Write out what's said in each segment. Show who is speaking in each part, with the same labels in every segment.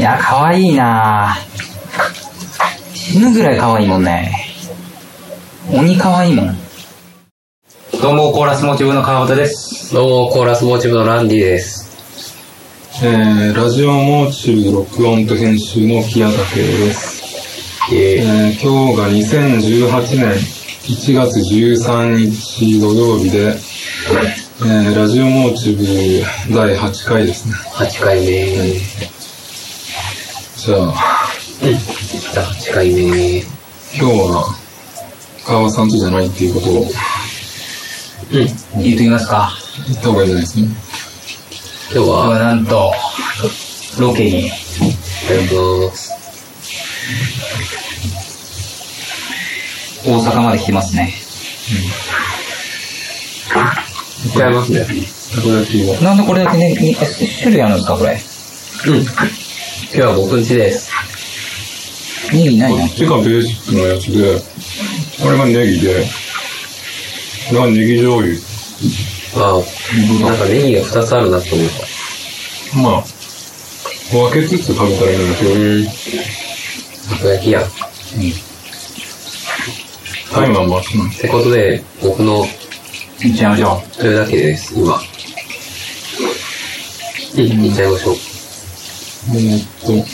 Speaker 1: な、かわいいな死ぬぐらいかわいいもんね。鬼かわいいもん。
Speaker 2: どうも、コーラスモチブの川端です。
Speaker 3: どうも、コーラスモチブのランディです。
Speaker 4: えー、ラジオモーチュー録音と編集の木屋武です。えー、
Speaker 3: え
Speaker 4: 今日が2018年1月13日土曜日で、えー、ラジオモーチュー第8回ですね。
Speaker 3: ー、8回目。
Speaker 4: じゃあ、
Speaker 3: 8回目。
Speaker 4: 今日は、川さんとじゃないっていうことを
Speaker 3: うん。今
Speaker 2: 言っときますか。
Speaker 4: 言った方がいいんじゃないですかね。
Speaker 3: 日
Speaker 2: 今日
Speaker 3: は、
Speaker 2: はなんと、ロケに、
Speaker 3: ありがとうございます。
Speaker 2: 大阪まで来てますね。
Speaker 3: ちゃいますね。
Speaker 4: たこ焼きを。
Speaker 2: なんでこれだけね、にえ種類あるんですか、これ。
Speaker 3: うん。今日は僕ん家です。
Speaker 2: ネギない
Speaker 4: こ
Speaker 2: の
Speaker 4: っちがベーシックなやつで、これがネギで、これがネギ醤油。
Speaker 3: ああ、なんかネギが2つあるなと思っ
Speaker 4: まあ、分けつつ食べたらいいんだけ
Speaker 3: た。
Speaker 4: ど、
Speaker 3: うん。たこ焼きや。っ
Speaker 4: タイマーもあってない。
Speaker 3: てことで、僕の、
Speaker 2: いっちゃいましょ
Speaker 3: それだけです、今。うん、いっちゃいましょう。
Speaker 4: えーっと、
Speaker 2: う。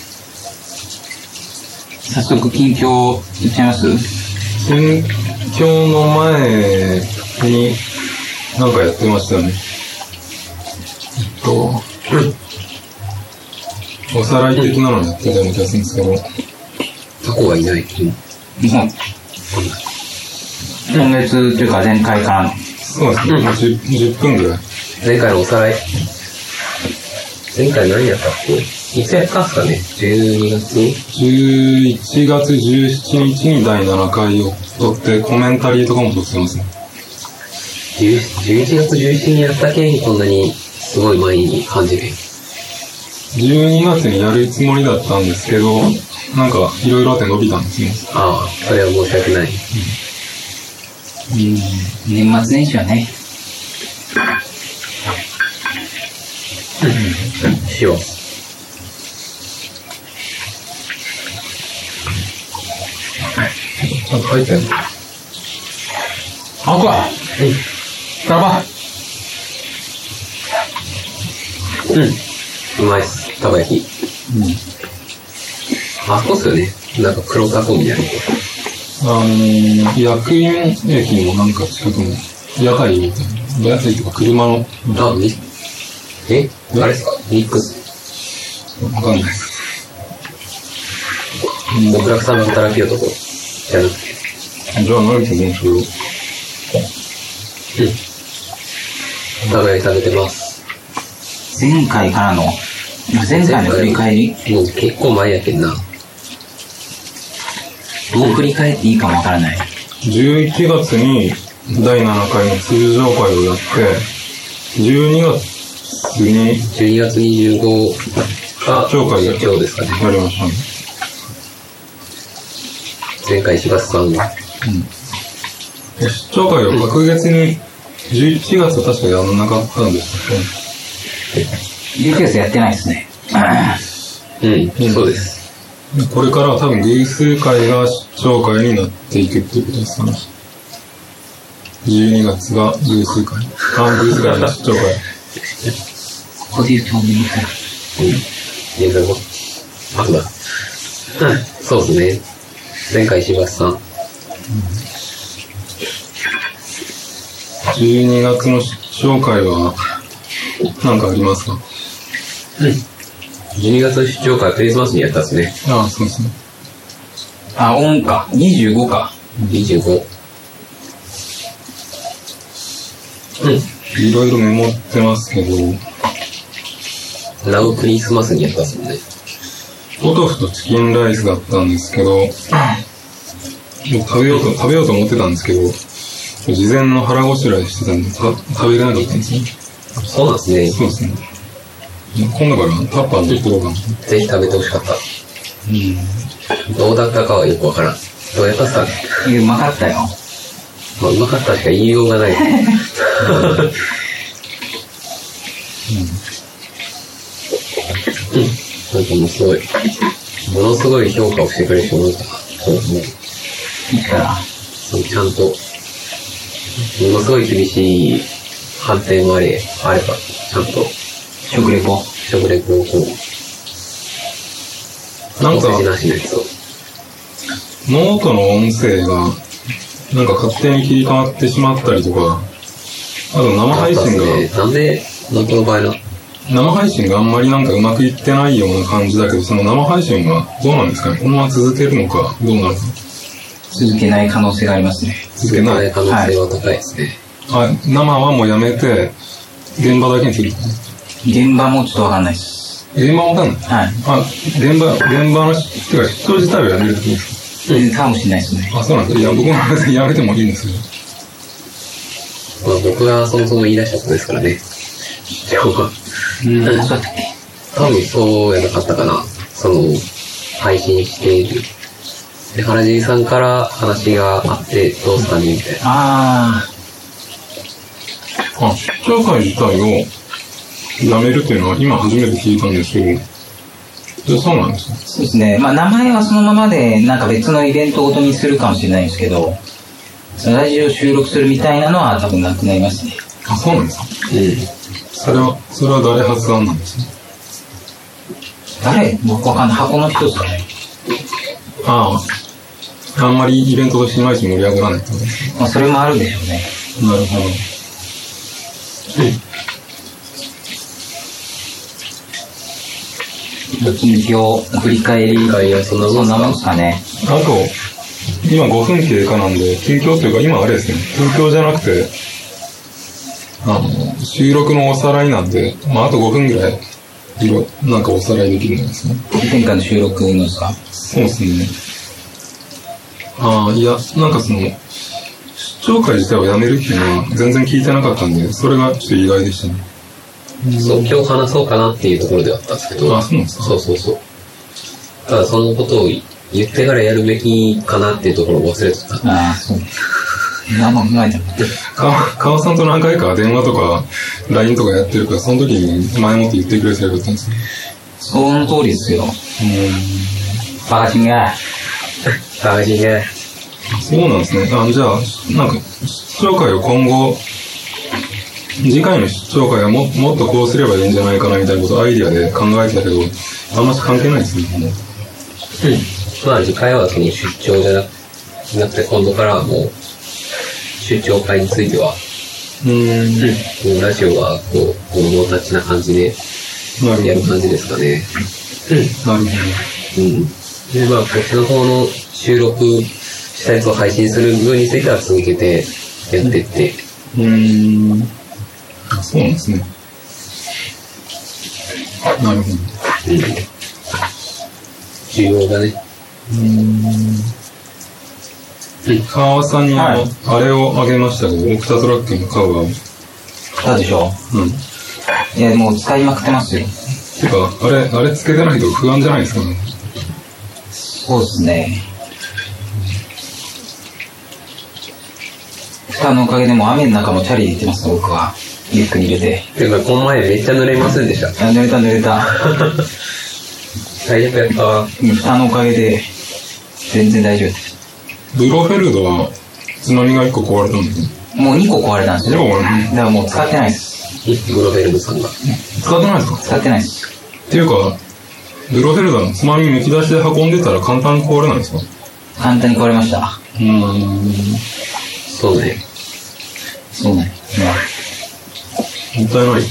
Speaker 2: 早速、近況、いっちゃいます
Speaker 4: 選挙の前になんかやってましたね。えっと、おさらい的なのやってたような気がするんですけど、
Speaker 3: タコがいない。うん。
Speaker 2: もう今月というか前回からの
Speaker 4: そうですね、10, 10分ぐらい。
Speaker 3: 前回のおさらい。前回何やったっけいつやったっすかね ?12 月に
Speaker 4: 11月17日に第7回を撮って、コメンタリーとかも撮ってますね。
Speaker 3: 10 ?11 月17日にやったけん、こんなにすごい前に感じる。
Speaker 4: 12月にやるつもりだったんですけど、なんかいろいろあって伸びたんですね。
Speaker 3: ああ、それは申し訳ない。
Speaker 2: 年末年始はね、
Speaker 3: しよう。
Speaker 4: ちゃんと入ってんの
Speaker 2: あこは
Speaker 4: ラバ
Speaker 3: うん。うまいっす。たこ焼き。あそこっすよね。なんか黒タコみたいな。
Speaker 4: あの役員駅のなんか近くの屋台みたいな。屋台とか車の、
Speaker 3: あ、み、えあれっすかミックス。
Speaker 4: わかんないです。
Speaker 3: 極楽さんの働きよとこ。じゃなくて。
Speaker 4: じゃあ、なると思うんですけど。
Speaker 3: たこ焼き食べてます。
Speaker 2: 前回からの、前回の振り返り
Speaker 3: もう結構前やけんな。
Speaker 2: どう振り返っていいかもわからない。
Speaker 4: 11月に第7回の通常会をやって、12月に
Speaker 3: 12月25が
Speaker 4: 超会
Speaker 3: 出張ですかね。
Speaker 4: やりましたね。
Speaker 3: 前回柴田さんが。
Speaker 4: 出張会を隔月に、11月は確かやんなかったんですよね。
Speaker 2: 19月やってないですね。
Speaker 3: うん、そうです。
Speaker 4: でこれからは多分偶数回が出張会になっていくっていうことですかね。12月が偶数回。あ、偶数回の出張会。
Speaker 2: ここで言うと思う
Speaker 3: うん。現在も。あとだ。うん、そうですね。前回柴田さん。
Speaker 4: 12月の出張会は何かありますか
Speaker 3: 12月出張からクリスマスにやったっすね。
Speaker 4: ああ、そうですね。
Speaker 2: あ、オンか。25か。
Speaker 3: 25。う
Speaker 4: いろいろメモってますけど、
Speaker 3: ん。ラウクリスマスにやったっすもんね。
Speaker 4: ポトフとチキンライスだったんですけど、もう食べようと、食べようと思ってたんですけど、事前の腹ごしらえしてたんで、た食べれなかったんですね。
Speaker 3: そうなんですね。
Speaker 4: そうですね。今度からタッパーのところが、
Speaker 3: ぜひ食べてほしかった。どうだったかはよくわからん。どうやったっすかね。
Speaker 2: いや、うまかったよ。
Speaker 3: まあ、うまかったしか言いようがない。なんかもうすごい、ものすごい評価をしてくれる人もいた。そうですね。
Speaker 1: いくら
Speaker 3: そうちゃんと、ものすごい厳しい判定もあれ、あれば、ちゃんと
Speaker 1: 食レポ。
Speaker 3: 食レポをこう、
Speaker 4: なん
Speaker 3: お
Speaker 4: か
Speaker 3: 世辞なしのやつを。
Speaker 4: ノートの音声が、なんか勝手に切り替わってしまったりとか、あと生配信が、
Speaker 3: なんで、なんでの場合な、
Speaker 4: 生配信があんまりなんかうまくいってないような感じだけど、その生配信がどうなんですかねこのまま続けるのか、どうなるのか。
Speaker 1: 続けない可能性がありますね。
Speaker 4: 続けない。
Speaker 3: 可能性は高いですね。
Speaker 4: あ生はもうやめて、現場だけにする。
Speaker 1: 現場もちょっとわかんないです。
Speaker 4: 現場わかんない。
Speaker 1: はい。
Speaker 4: あ、現場、現場の人、てか人自体をやめるってことです
Speaker 1: うん、かもしれないですね。
Speaker 4: かあ、そうなんですいや、僕も別にやめてもいいんですよ。
Speaker 3: まあ僕がそもそも言い出したことですからね。でも、
Speaker 1: うん、そうだったっけ
Speaker 3: 多分そうやなかったかな。その、配信している。で、原尻さんから話があって、どうすかねみたいな。
Speaker 1: あ
Speaker 4: あ、視聴会自体をやめるっていうのは今初めて聞いたんですけど、じゃあそうなんですね。
Speaker 1: ー、そうですね。まあ、名前はそのままで、なんか別のイベントごとにするかもしれないんですけど、ラジオ収録するみたいなのは多分なくなりますね。
Speaker 4: あ、そうなんですかそれは、それは誰発案なんですね。
Speaker 1: 誰僕わかんない。箱の人ですかね。
Speaker 4: ああ、あんまりイベントとしていまいち盛り上がらないってことですね
Speaker 1: まあ、それもあるでしょうね。
Speaker 4: なるほど。
Speaker 1: 近況、振り返り、
Speaker 3: 振り返りはそんなもんですか
Speaker 1: もんですかね。
Speaker 4: あと、今5分経過なんで、近況というか、今あれですね、近況じゃなくて、あの、収録のおさらいなんで、まあ、あと5分ぐらい、いろ、なんかおさらいできるんじゃないですかね。
Speaker 1: 前回の収録のですか
Speaker 4: そうですね。ああ、いや、なんかその、出張会自体をやめるっていうのは全然聞いてなかったんで、それがちょっと意外でしたね。
Speaker 3: そう、今日話そうかなっていうところではあったんですけど。
Speaker 4: あそうなんですか
Speaker 3: そうそうそう。ただ、そのことを言ってからやるべきかなっていうところを忘れてた。
Speaker 1: ああ、そうです。何も考えてなかった。
Speaker 4: 川川さんと何回か電話とか LINE とかやってるから、その時に前もって言ってくれてよかったんですよ。
Speaker 1: その通りですよ。
Speaker 4: う
Speaker 1: バカチンが。
Speaker 3: 大事ね。
Speaker 4: ん。そうなんですね。あじゃあ、なんか、出張会を今後、次回の出張会はももっとこうすればいいんじゃないかなみたいなことアイディアで考えてたけど、あんまし関係ないですね。
Speaker 3: うん。まあ次回はその出張じゃなくじゃなくて今度からはもう出張会については、
Speaker 4: うん。
Speaker 3: もうラジオはこう、こうノータッチな感じで
Speaker 4: なる
Speaker 3: や
Speaker 4: ほ
Speaker 3: る感じですかね。
Speaker 4: ど。なるほど。
Speaker 3: うん。で、まあこっちの方の収録したやつを配信する分については続けてやってって、
Speaker 4: うーん。あそうなんですね。なるほど。
Speaker 3: うん。重要だね。
Speaker 4: 川尾さんにあの、
Speaker 1: はい
Speaker 4: あれをあげましたけど、オクタトラックのカバーを。うん。
Speaker 1: そうでしょ
Speaker 4: て
Speaker 1: ういや、もう使いまくってますよ。
Speaker 4: か、あれ、あれつけてないと不安じゃないですかね。
Speaker 1: そうですね。蓋のおかげでもう雨の中もチャリで行ってます、僕は。リュックに入れて。
Speaker 3: てかこの前めっちゃ濡れませんでした。
Speaker 1: あ、濡れた濡れた。
Speaker 3: 大丈夫やった
Speaker 1: うん蓋のおかげで、全然大丈夫です。
Speaker 4: ブロフェルドは、津波が1個壊れたんです
Speaker 1: もう2個壊れたんです
Speaker 4: よ。
Speaker 1: よ。
Speaker 4: 2個壊れ
Speaker 1: だからもう使ってないです。
Speaker 3: グロフェルムさんが。
Speaker 4: た。使ってないですか
Speaker 1: 使ってないです。
Speaker 4: っていうか、ブロフェルドのつまみむき出しで運んでたら簡単に壊れないですか
Speaker 1: 簡単に壊れました。
Speaker 4: うーん。
Speaker 3: そうね。
Speaker 1: そうね。
Speaker 4: もったいない。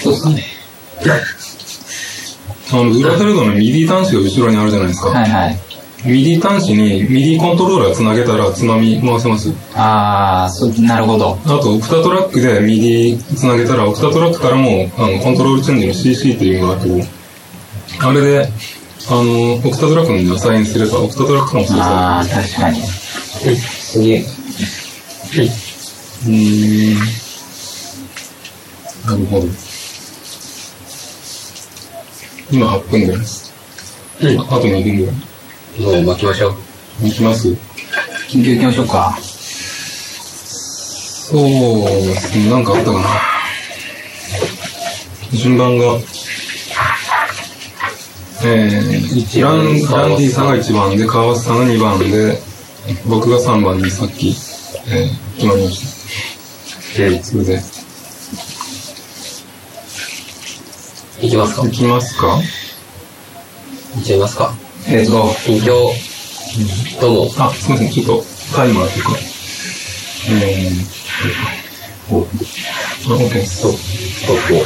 Speaker 1: そうっすかね。
Speaker 4: あの、ブロフェルドのミディ端子が後ろにあるじゃないですか。
Speaker 1: はいはい。
Speaker 4: ミディ端子にミディコントローラーつなげたらつまみ回せます。
Speaker 1: あー、そう、なるほど。
Speaker 4: あと、オクタトラックでミディつなげたら、オクタトラックからも、あの、コントロールチェンジの CC っていうのがあるけど、あれで、あの、オクタトラックのアサインすれば、オクタトラックからも操作
Speaker 1: あー、確かに。
Speaker 3: すげえ。
Speaker 4: できる。うーん。なるほど。今8分ぐらいです。
Speaker 3: うん
Speaker 4: あと2分ぐらい。
Speaker 3: もう巻きましょう。
Speaker 4: いきます
Speaker 1: 緊急行きましょうか。
Speaker 4: そうですね、なんかあったかな。順番が、えー、ラン、ランディさんが1番で、川端さんが2番で、僕が3番にさっき、えー、決まりまし
Speaker 3: うん
Speaker 4: た。それで、
Speaker 3: いきますか
Speaker 4: いきますか
Speaker 3: いっちゃいますか
Speaker 1: えっと、
Speaker 3: 近況、どうも、
Speaker 4: あ、すみません、ちょっとタイマーというか。えー、お、あ、OK です。
Speaker 3: ストップ、ストップ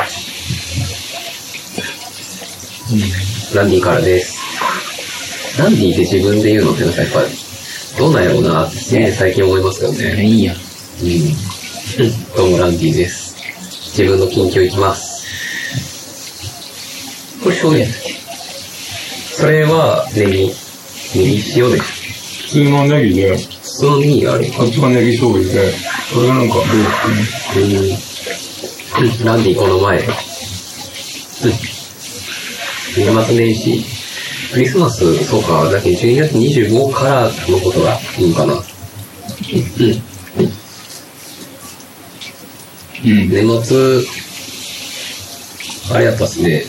Speaker 3: を。ランディからです。ランディって自分で言うのってなんかやっぱ、どうなんやろうなってすげえ最近思いますよね。
Speaker 2: いいや。
Speaker 3: うん。どうも、ランディです。自分の近況いきます。これ、醤油やったっけそれは、ネギ。ネギ塩で。
Speaker 4: 普通のネギで、
Speaker 3: そのネギがある。
Speaker 4: こっちがネギ醤油で、これがなんか、どう
Speaker 3: うん。ランディ、この前。うん。年末年始。クリスマス、そうか、だけど12月25からのことがいいのかな。うん。
Speaker 4: うん。
Speaker 3: 年末、あれやったっすね。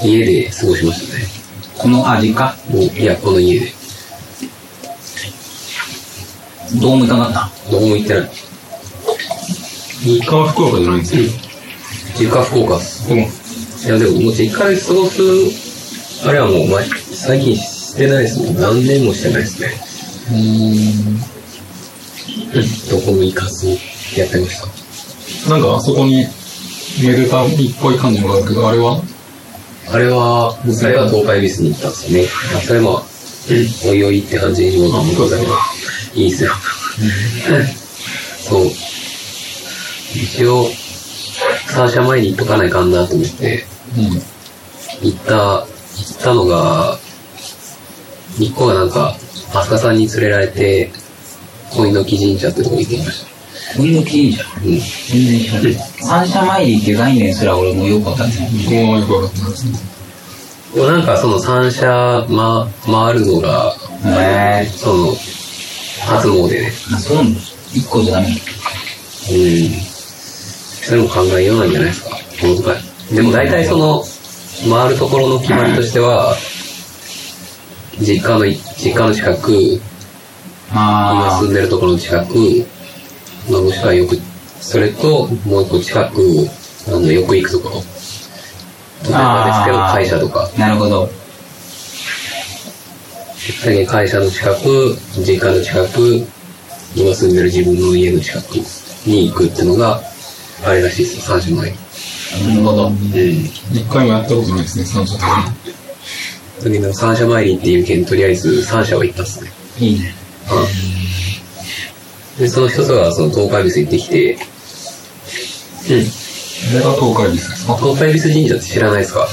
Speaker 3: 家で過ごしましたね。
Speaker 1: この味か、
Speaker 3: もういや、この家で。
Speaker 1: どうもいかなかっ。
Speaker 3: どこも行ってない。
Speaker 4: 実家は福岡じゃないんですけ
Speaker 3: 実家福岡っす。
Speaker 4: ど、でも、
Speaker 3: いや、でももう実家で過ごす、あれはもう前、最近してないですもん。何年もしてないですね。うん。どこも行かずやってました。
Speaker 4: なんかあそこに、めでたいっぽい感じのがあるけど、あれは
Speaker 3: あれは、あれは東海ビスに行ったんですよね。あそれも、おいおいって感じにもございます。いいですよ。そう。一応、サーシャ前に行っとかないかんなと思って、
Speaker 4: う
Speaker 3: 行った、行ったのが、日光がなんか、飛鳥さんに連れられて、恋の木神社ってとこ行ってきました
Speaker 1: こういうのいいじゃん。
Speaker 3: た。うん。
Speaker 1: 全然知らない。三社参りっていう概念すら俺もよくわかんない。
Speaker 4: ん。このままよくわかってないですね。
Speaker 3: もうなんかその三社、ま、回るのが、
Speaker 1: へー
Speaker 3: その、初詣で、
Speaker 1: あ、そうなの一個じゃダメ。
Speaker 3: うん。それも考えようなんじゃないですか、この回。でも大体その、回るところの決まりとしては、実家のい、実家の近く、今
Speaker 1: あ
Speaker 3: 住んでるところの近く、まあもしくはよく、それと、もう一個近く、あの、よく行くところ。例えばですけど、
Speaker 1: あー
Speaker 3: 会社とか。
Speaker 1: あ、なるほど。
Speaker 3: だけど会社の近く、実家の近く、今住んでる自分の家の近くに行くってのが、あれらしいですよ、3時前。
Speaker 1: なるほど。
Speaker 3: うん。
Speaker 4: 一回もやったことないですね、三社とか。
Speaker 3: だけど、三社参りっていう件、とりあえず三社は行ったっすね。
Speaker 1: いいね。
Speaker 3: うん。で、その一つが、その、東海ビス行ってきて、うん。
Speaker 4: あれが東海ビスですか
Speaker 3: 東海ビス神社って知らないですか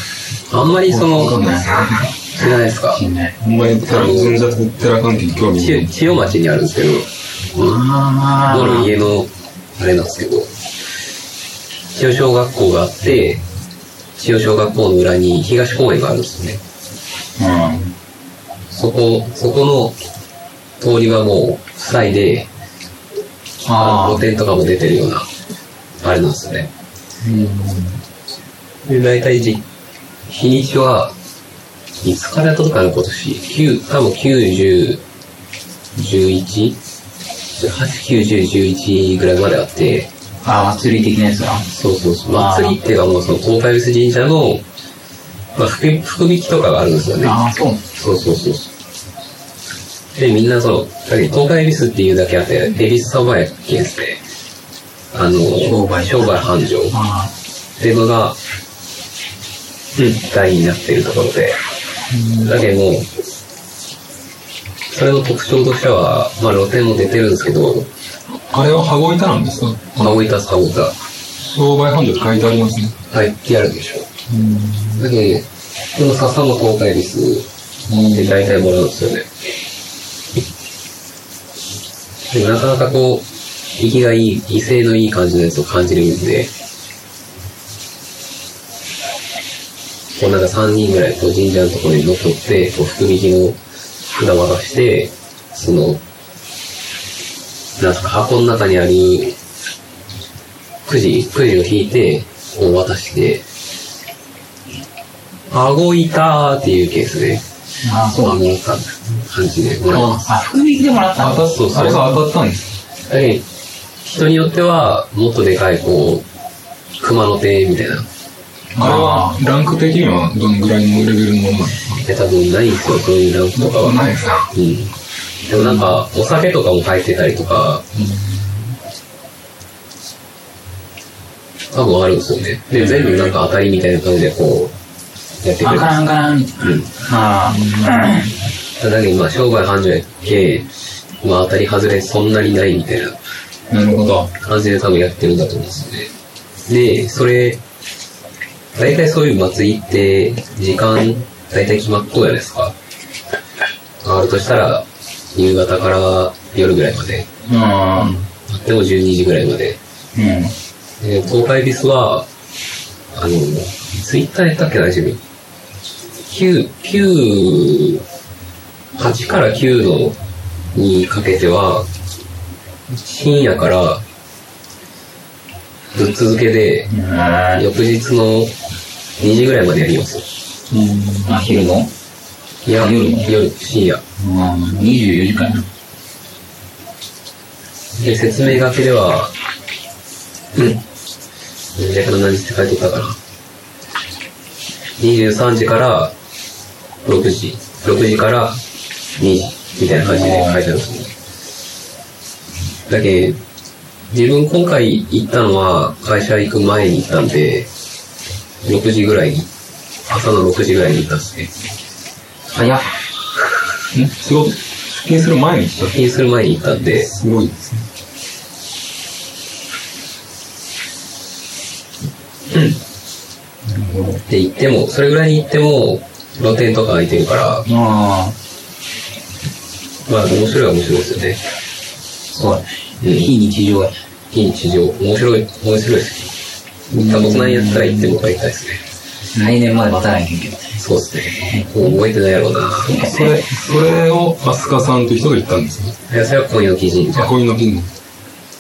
Speaker 3: あんまりその、
Speaker 1: わかんない。
Speaker 3: 知らないですか
Speaker 1: いいね。
Speaker 4: ほんまに寺、神社と寺関係に興味
Speaker 3: 千
Speaker 4: ない。
Speaker 3: 千代町にあるんですけど、うん
Speaker 1: あ
Speaker 3: 僕の
Speaker 1: ー
Speaker 3: 家のあれなんですけど千代小学校があって千代小学校の裏に東公園があるんですよねそこそこの通りはもう塞いであの
Speaker 1: あ
Speaker 3: 露店とかも出てるようなあれなんですよねで大体じ日にちはいつからやったとかの今年9多分90 11 8、9、10、11ぐらいまであって、
Speaker 1: ー、あー、祭り的なやつだ。
Speaker 3: そうそうそう。
Speaker 1: あー
Speaker 3: 祭りっていうかもうその東海別神社の、まあ、福福引きとかがあるんですよね。
Speaker 1: ああ、そう。
Speaker 3: そうそうそうそう。で、みんなその、だけど東海恵比寿っていうだけあって、恵比寿鯖江県ですね。あの、
Speaker 1: 商売
Speaker 3: 商売繁盛。
Speaker 1: あ
Speaker 3: っていうのが、うん、台になっているところで。だけどもう、それの特徴としては、まあ露店も出てるんですけど、
Speaker 4: あれは羽子板なんですか
Speaker 3: 羽子板サボタ、
Speaker 4: 商売繁盛って書いてありますね。
Speaker 3: 入ってあるでしょ。だけど、この笹の公開率って大体もらうんですよね。でもなかなかこう、生きがいい、威勢のいい感じのやつを感じれるんで、こうなんか3人ぐらいこう神社のところに残って、こう福引きの札渡して、その、なんすか箱の中にあるくじ、くじを引いて、こう渡して、顎板っていうケースで、
Speaker 1: あ、そ
Speaker 3: 顎
Speaker 1: う。
Speaker 3: の感じでもらいます。
Speaker 1: あ、福引きでもらった
Speaker 4: 当
Speaker 1: の
Speaker 4: たっ
Speaker 3: そうそう
Speaker 4: あれが当たったんです。
Speaker 3: で人によっては、もっとでかい、こう、熊の手みたいな。
Speaker 4: あれは、ランク的にはどのぐらいのレベルのものなの
Speaker 3: え、多分ないんですよ、そういうランクとかは。
Speaker 4: ないですか
Speaker 3: うん。でもなんか、お酒とかも入ってたりとか、多分あるんですよね。で、全部なんか当たりみたいな感じでこう、やってく
Speaker 1: あ、
Speaker 3: れ
Speaker 1: カ。
Speaker 3: る
Speaker 1: ランカランみたい
Speaker 3: うん。
Speaker 1: な。あ
Speaker 3: ただけど、まあ、商売繁盛やけ、まあ、当たり外れそんなにないみたいな
Speaker 4: なるほど。
Speaker 3: 感じで多分やってるんだと思うんですよね。で、それ、大体そういう祭りって、時間、大体決まっとうじゃないですか。あるとしたら、夕方から夜ぐらいまで。
Speaker 1: あ。うん。
Speaker 3: でも12時ぐらいまで。
Speaker 1: うん。
Speaker 3: で、東海ビスは、あの、ツイッターやったっけな、自分。9、9、8から9のにかけては、深夜から、ぶっ続けで、
Speaker 1: うん。
Speaker 3: 翌日の2時ぐらいまでやります。
Speaker 1: あ、昼の
Speaker 3: いや、
Speaker 1: 夜
Speaker 3: 夜、深夜。
Speaker 1: うん。24時間や
Speaker 3: で、説明書きでは、うん。えー何時って書いてたかな。23時から6時、6時から2時、みたいな感じで書いてあるんですね。だけど自分今回行ったのは、会社行く前に行ったんで、6時ぐらいに、朝の6時ぐらいに行ったんですね。
Speaker 1: 早っ。
Speaker 4: ん仕事、出勤する前に来た
Speaker 3: 出勤する前に行ったんで、
Speaker 4: すごいですね。
Speaker 3: で行っても、それぐらいに行っても、露店とか空いてるから、
Speaker 1: ああ。
Speaker 3: まあ、面白いは面白いです
Speaker 1: そう
Speaker 3: よね。
Speaker 1: だね。
Speaker 3: うん
Speaker 1: 非日常や。
Speaker 3: 非日常。面白い、面白いです。行ったことないやったら行ってもらいたいですね。
Speaker 1: 来年まで待たないといけない。
Speaker 3: そうですね。もう覚えてないやろうな。
Speaker 4: それ、それを、アスカさんという人が言ったんですよ。
Speaker 3: いそれは今の基準じゃ。
Speaker 4: こういうの銀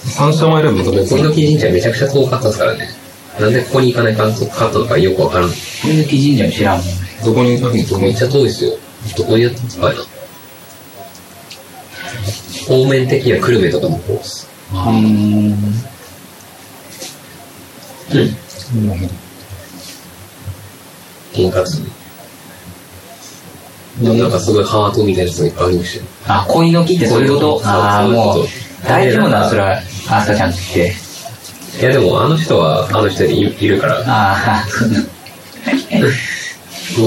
Speaker 4: 三社前ライブの別
Speaker 3: 今
Speaker 4: に
Speaker 3: の基準じゃめちゃくちゃ遠かったですからね。なんでここに行かないかんとかったのかよくわからん。
Speaker 1: 小泉神社も知らんもんね。
Speaker 4: どこに行く
Speaker 3: めっちゃ遠いですよ。どこにやったんですかいな。方面的には久留米とかの方です。うん。
Speaker 4: の
Speaker 3: 金閣寺でもなんかすごいハートみたいなやつがいっぱいありましたよ。
Speaker 1: あ、恋の木ってそういうこと
Speaker 3: そう
Speaker 1: ああ、
Speaker 3: そういうこ
Speaker 1: も
Speaker 3: と
Speaker 1: う、大丈夫な、それは、あさちゃんって。
Speaker 3: いやでもあの人はあの人でいいるから、
Speaker 1: ああ、そう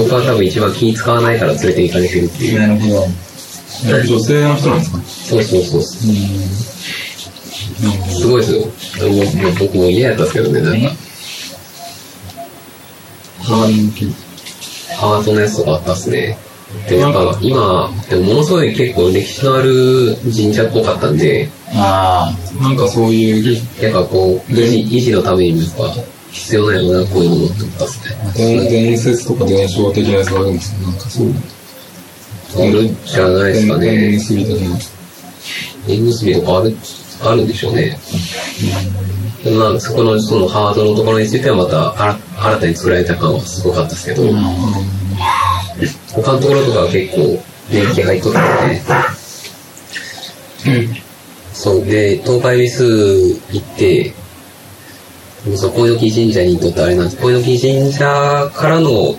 Speaker 3: 僕は多分一番気使わないから連れて行かれてるっていう。
Speaker 1: なるほど。
Speaker 4: 女性の人なんですか
Speaker 3: そうそうそう。すごいですよ。もうもう僕も嫌やったんですけどね、なんか。ハートハートのやつとかあったっすね。でもやっぱ今、でもものすごい結構歴史のある神社っぽかったんで、
Speaker 1: あ
Speaker 4: なんかそういう、
Speaker 3: やっぱこう、維持維持のためにもやっぱ必要なようなこういうものって思ったっすね。
Speaker 4: 伝伝説とか伝承的なやつがあるんですよ。なんかそう。
Speaker 3: いるんじゃないですか
Speaker 4: 縁
Speaker 3: ね。
Speaker 4: 結び的な。
Speaker 3: 縁結びとかある、あるんでしょうね。でもまあ、そこの、そのハードのところについてはまた、あら新たに作られた感はすごかったですけど、他のところとかは結構、年季入っとったので、そう、で、東海ビス行って、そう、小猪神社にとってあれなんです。小猪神社からの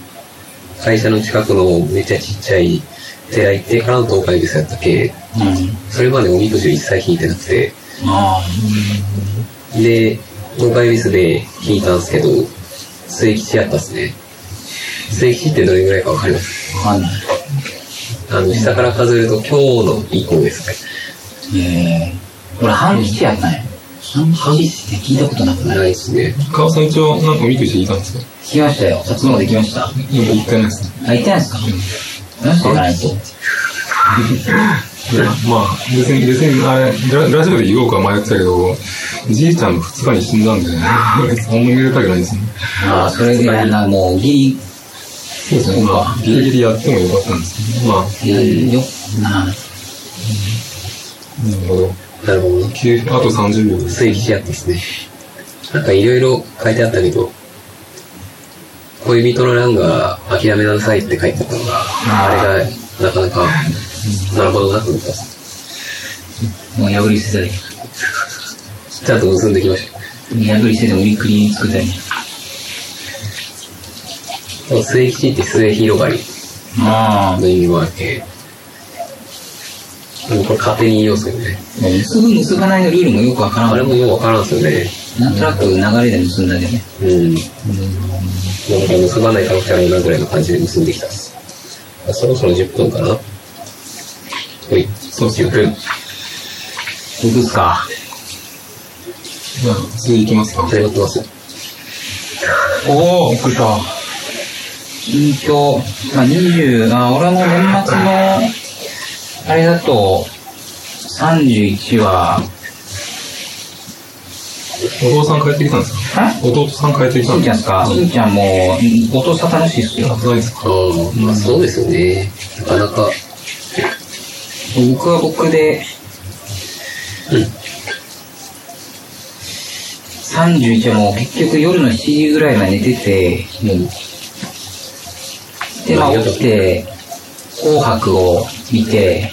Speaker 3: 会社の近くのめっちゃちっちゃい寺行ってからの東海ビスやったっけ、
Speaker 1: あ、うん。
Speaker 3: それまでおみくじを一切引いてなくて、
Speaker 1: あ
Speaker 3: で、東海ビスで引いたんですけど、末吉やったっすね。末吉ってどれぐらいかわかります
Speaker 1: あ、わかんない。
Speaker 3: あの、下から数えると今日の以降ですね。
Speaker 1: えー、俺、半吉やったんや。半吉って聞いたことなくない
Speaker 3: ないっすね。
Speaker 4: 川さん一応、なんか見ていたんですよ。
Speaker 1: 聞きましたよ。初詣できました。
Speaker 4: でも行ってないですね。
Speaker 1: あ、行ってないですかなんしてないと。
Speaker 4: でまあ、別に、別に、あれ、ララジオで言おうか迷ってたけど、じいちゃんの2日に死んだんで、あんま見れたくないですね。
Speaker 1: ああ、それで、な、もう、ギ
Speaker 4: そうですね。まあ、ギリギリやってもよかったんですけど、まあ、
Speaker 1: リ、よ、な
Speaker 4: なるほど。
Speaker 3: なるほど。
Speaker 4: 9あと30秒です。
Speaker 3: 末吉やったっすね。なんかいろいろ書いてあったけど、恋人の欄が諦めなさいって書いてあったのが、あれがなかなか、なるほどなと思ったんです。
Speaker 1: もう破り捨てたり、
Speaker 3: ちゃんと結んできました。
Speaker 1: 破り捨ててもりくりに作ったり。
Speaker 3: でも末吉って末広がり
Speaker 1: ああ。
Speaker 3: の意味もあって、でもこれ勝手に言いようっすよね。
Speaker 1: 結ぶ結ばないのルールもよくわから
Speaker 3: あれ
Speaker 1: ん。
Speaker 3: もよくわからんっすよね。
Speaker 1: なんとなく流れで結んだけどね。
Speaker 3: うん。なんか結ばない可能性あるなぐらいの感じで結んできたっす。そろそろ10分かなほい、そうっすよ。
Speaker 1: 僕っすか。
Speaker 4: じゃあ、次行きますか。
Speaker 3: 始まってます。
Speaker 4: おー、来た。
Speaker 1: 近況、まあ、20、あ、俺も年末の、あれだと、31は、
Speaker 4: お父さん帰ってきたんですか
Speaker 1: え
Speaker 4: 弟さん帰ってきた
Speaker 1: し
Speaker 4: ん
Speaker 1: んちゃんっ
Speaker 4: です
Speaker 1: すかしんちゃんも、んお父さん楽しいっすよ。
Speaker 4: かないですか
Speaker 3: ああ、まあそうですよね。なかなか。
Speaker 1: 僕は僕で、
Speaker 3: うん
Speaker 1: 31はもう結局夜の7時ぐらいまで寝てて、
Speaker 3: うん。
Speaker 1: で、まあ、起きて、紅白を見て、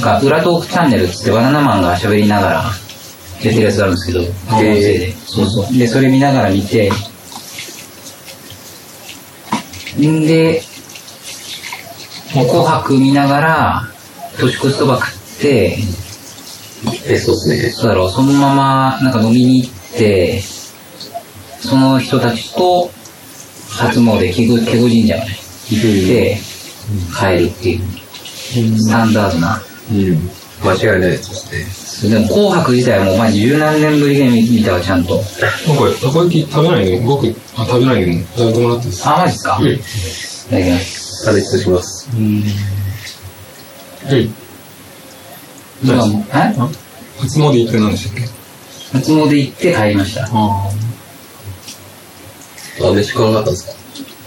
Speaker 1: なんか、裏トークチャンネルっつってバナナマンが喋りながら出てるやつがあるんですけど、音声で。そうそう。で、それ見ながら見て、んで、もう紅白見ながら、年越しそば食って、
Speaker 3: え、そうっすね。
Speaker 1: そうだろう、そのまま、なんか飲みに行って、その人たちと、初詣、ケゴケゴ神社まで行って、帰るっていう、スタンダードな。
Speaker 3: うん。間違いないですね。
Speaker 1: でも、紅白自体はもう、まあ、十何年ぶりで見見たわ、ちゃんと。
Speaker 4: なんか、たこ焼き食べないで、僕、あ、食べないでも、食べてもらっていいですか
Speaker 1: あ、マジっすか、
Speaker 3: うん
Speaker 1: いただきます。
Speaker 3: 差別します。うん。
Speaker 1: 今もえ
Speaker 4: あ初詣行って何でしたっけ
Speaker 1: 初詣行って帰りました。
Speaker 4: あ
Speaker 3: あ、飯食わなかったんですか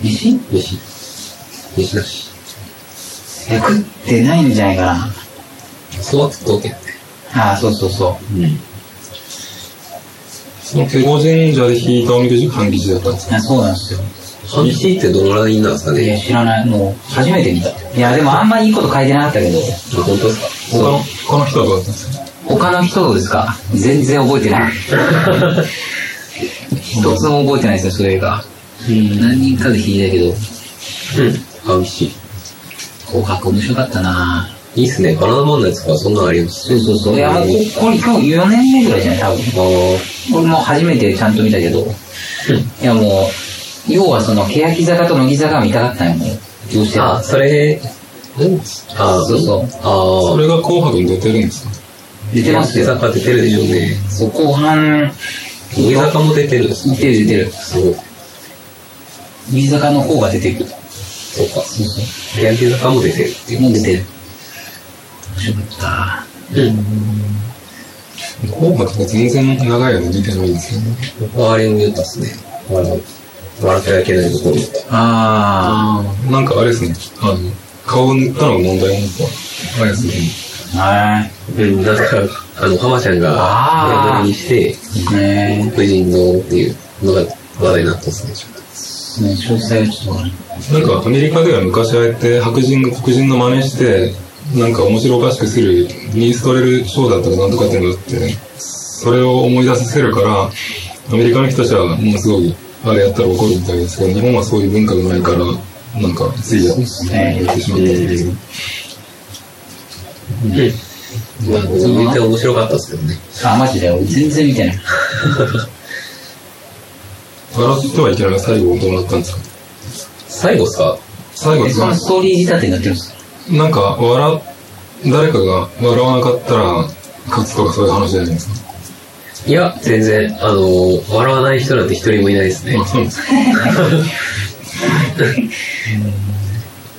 Speaker 1: 飯
Speaker 3: 飯。飯なし。
Speaker 1: え食ってないんじゃないかな。
Speaker 3: そうは食っとけって。
Speaker 1: ああ、そうそうそ
Speaker 3: うん。
Speaker 4: あ。その、手護神社で引いたおみくじ、半吉だったんです
Speaker 1: う。あそうなんですよ。
Speaker 3: 半日ってどのぐらいなんですか
Speaker 1: いや、
Speaker 3: ね
Speaker 1: 知らない。もう、初めて見た。いや、でもあんまいいこと書いてなかったけど、
Speaker 3: あ、本当です
Speaker 4: 他の、他の人はどうだったんですか
Speaker 1: 他の人ですか全然覚えてない。一つも覚えてないですね、それが。何人かで弾いたけど、
Speaker 3: かうん。半日。
Speaker 1: 紅白面白かったなぁ。
Speaker 3: いいっすね。バナナマンのやつはそんなんあります。
Speaker 1: そうそうそう。いや、もうこ、これ今日4年目ぐらいじゃない多分。
Speaker 3: ああ。
Speaker 1: 俺も初めてちゃんと見たけど、いやもう、要はその、欅坂と乃木坂が見たかったんやもん。どうしても
Speaker 3: あ、それ、うん。あ
Speaker 1: そうそう
Speaker 4: そ
Speaker 3: あ
Speaker 4: れが紅白に出てるんですか
Speaker 1: 出て
Speaker 3: あ。
Speaker 1: ます
Speaker 3: 出
Speaker 1: よ。
Speaker 3: 坂出てるでしょうね。
Speaker 1: そう、後半、
Speaker 3: 乃木坂も出てるんです
Speaker 1: 出てる出てる。
Speaker 3: すごい。
Speaker 1: 乃木坂の方が出てる。
Speaker 3: そうか。
Speaker 1: そうそう。
Speaker 3: 欅坂も出てるっていう。
Speaker 1: もう出てる。面白かった。
Speaker 3: うん。
Speaker 4: 紅白が全然長い間出てないんですよね。
Speaker 3: 僕はあれを言ったっすね。笑う。笑ってはいけないところ。
Speaker 1: あ
Speaker 4: ああ。なんかあれですね。あの、顔を塗ったのが問題なんですかあれですね。
Speaker 1: あ。はい。
Speaker 3: うん、なんか、あの、浜ちゃんが、ブラ
Speaker 1: あー
Speaker 3: ンドにして、
Speaker 1: ね
Speaker 3: 無人のっていうのが話題になったんですね。
Speaker 1: え、ね詳細はちょっとわかんない。
Speaker 4: なんかアメリカでは昔ああやって白人が黒人の真似してなんか面白おかしくするミーストレルショーだったかなんとかっていうのがあってそれを思い出させるからアメリカの人たちはもうすごいあれやったら怒るみたいですけど日本はそういう文化がないからなんかついやってしまったっていう
Speaker 3: うん。まあ、全然面白かったですけどね。
Speaker 1: あ、マジで、俺全然見てない。
Speaker 4: 笑ってはいけないが最後どうなったんですか
Speaker 3: 最後さ、
Speaker 4: 最後
Speaker 1: え、
Speaker 4: です
Speaker 1: そ
Speaker 4: か
Speaker 1: のストーリー仕立てになってるんですか
Speaker 4: なんか笑っ誰かが笑わなかったら勝つとかそういう話じゃないですか
Speaker 3: いや、全然、あの笑わない人なんて一人もいないですね
Speaker 4: あ。そうなんですか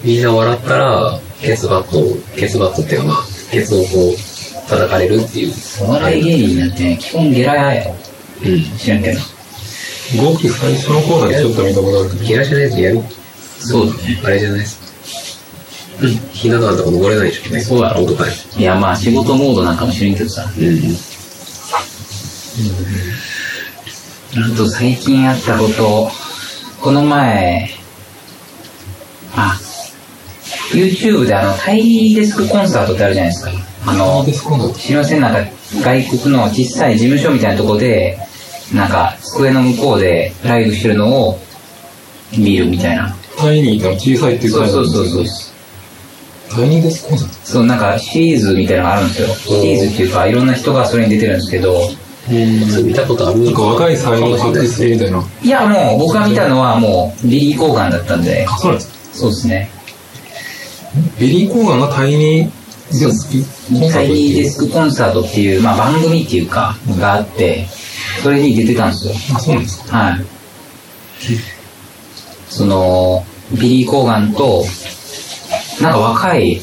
Speaker 3: みんな笑ったら、ケツバットを、ケツバットっていうかまあ、ケツをこう、叩かれるっていう。
Speaker 1: お笑い芸人なんて、基本ゲラやよ。
Speaker 3: うん。
Speaker 1: 知らんけど。
Speaker 4: ごく最初のコーナーでちょっと見たことあるけど
Speaker 3: 嫌いじゃないとやる。
Speaker 1: そうだね。
Speaker 3: あれじゃないです。うん。ひな壇とか登れないでしょうね。
Speaker 1: そうだろ
Speaker 3: う。とかね。
Speaker 1: いや、まあ、仕事モードなんかもしれんけどさ。
Speaker 3: うん。
Speaker 1: あと、最近あったこと、この前、あ、YouTube であの、タイデスクコンサートってあるじゃないですか。あの、
Speaker 4: デスクコンサート
Speaker 1: 知りませんなんか、外国の小さい事務所みたいなとこで、なんか、机の向こうでライブしてるのを見るみたいな。
Speaker 4: タイニーってのは小さいっていう
Speaker 1: そうそうそう
Speaker 4: そ
Speaker 1: そうう。
Speaker 4: タイニーデスクコンサート
Speaker 1: そう、なんかシリーズみたいなのがあるんですよ。シリーズっていうか、いろんな人がそれに出てるんですけど、
Speaker 3: それ見たことある
Speaker 4: なんか若い才能を発揮するみたいな。
Speaker 1: いや、もう僕が見たのはもう、ビリー・コーガンだったんで、
Speaker 4: あ、そうなんですか。
Speaker 1: そうですね。
Speaker 4: ビリー・コーガンがタイニーデスクコンサ
Speaker 1: タイ
Speaker 4: ートって
Speaker 1: ニー
Speaker 4: い
Speaker 1: デ
Speaker 4: う。
Speaker 1: スクコンサートっていう、まあ番組っていうか、があって、それに出てたんですよ。
Speaker 4: あ、そうなんですか。
Speaker 1: はい。その、ビリー・コーガンと、なんか若い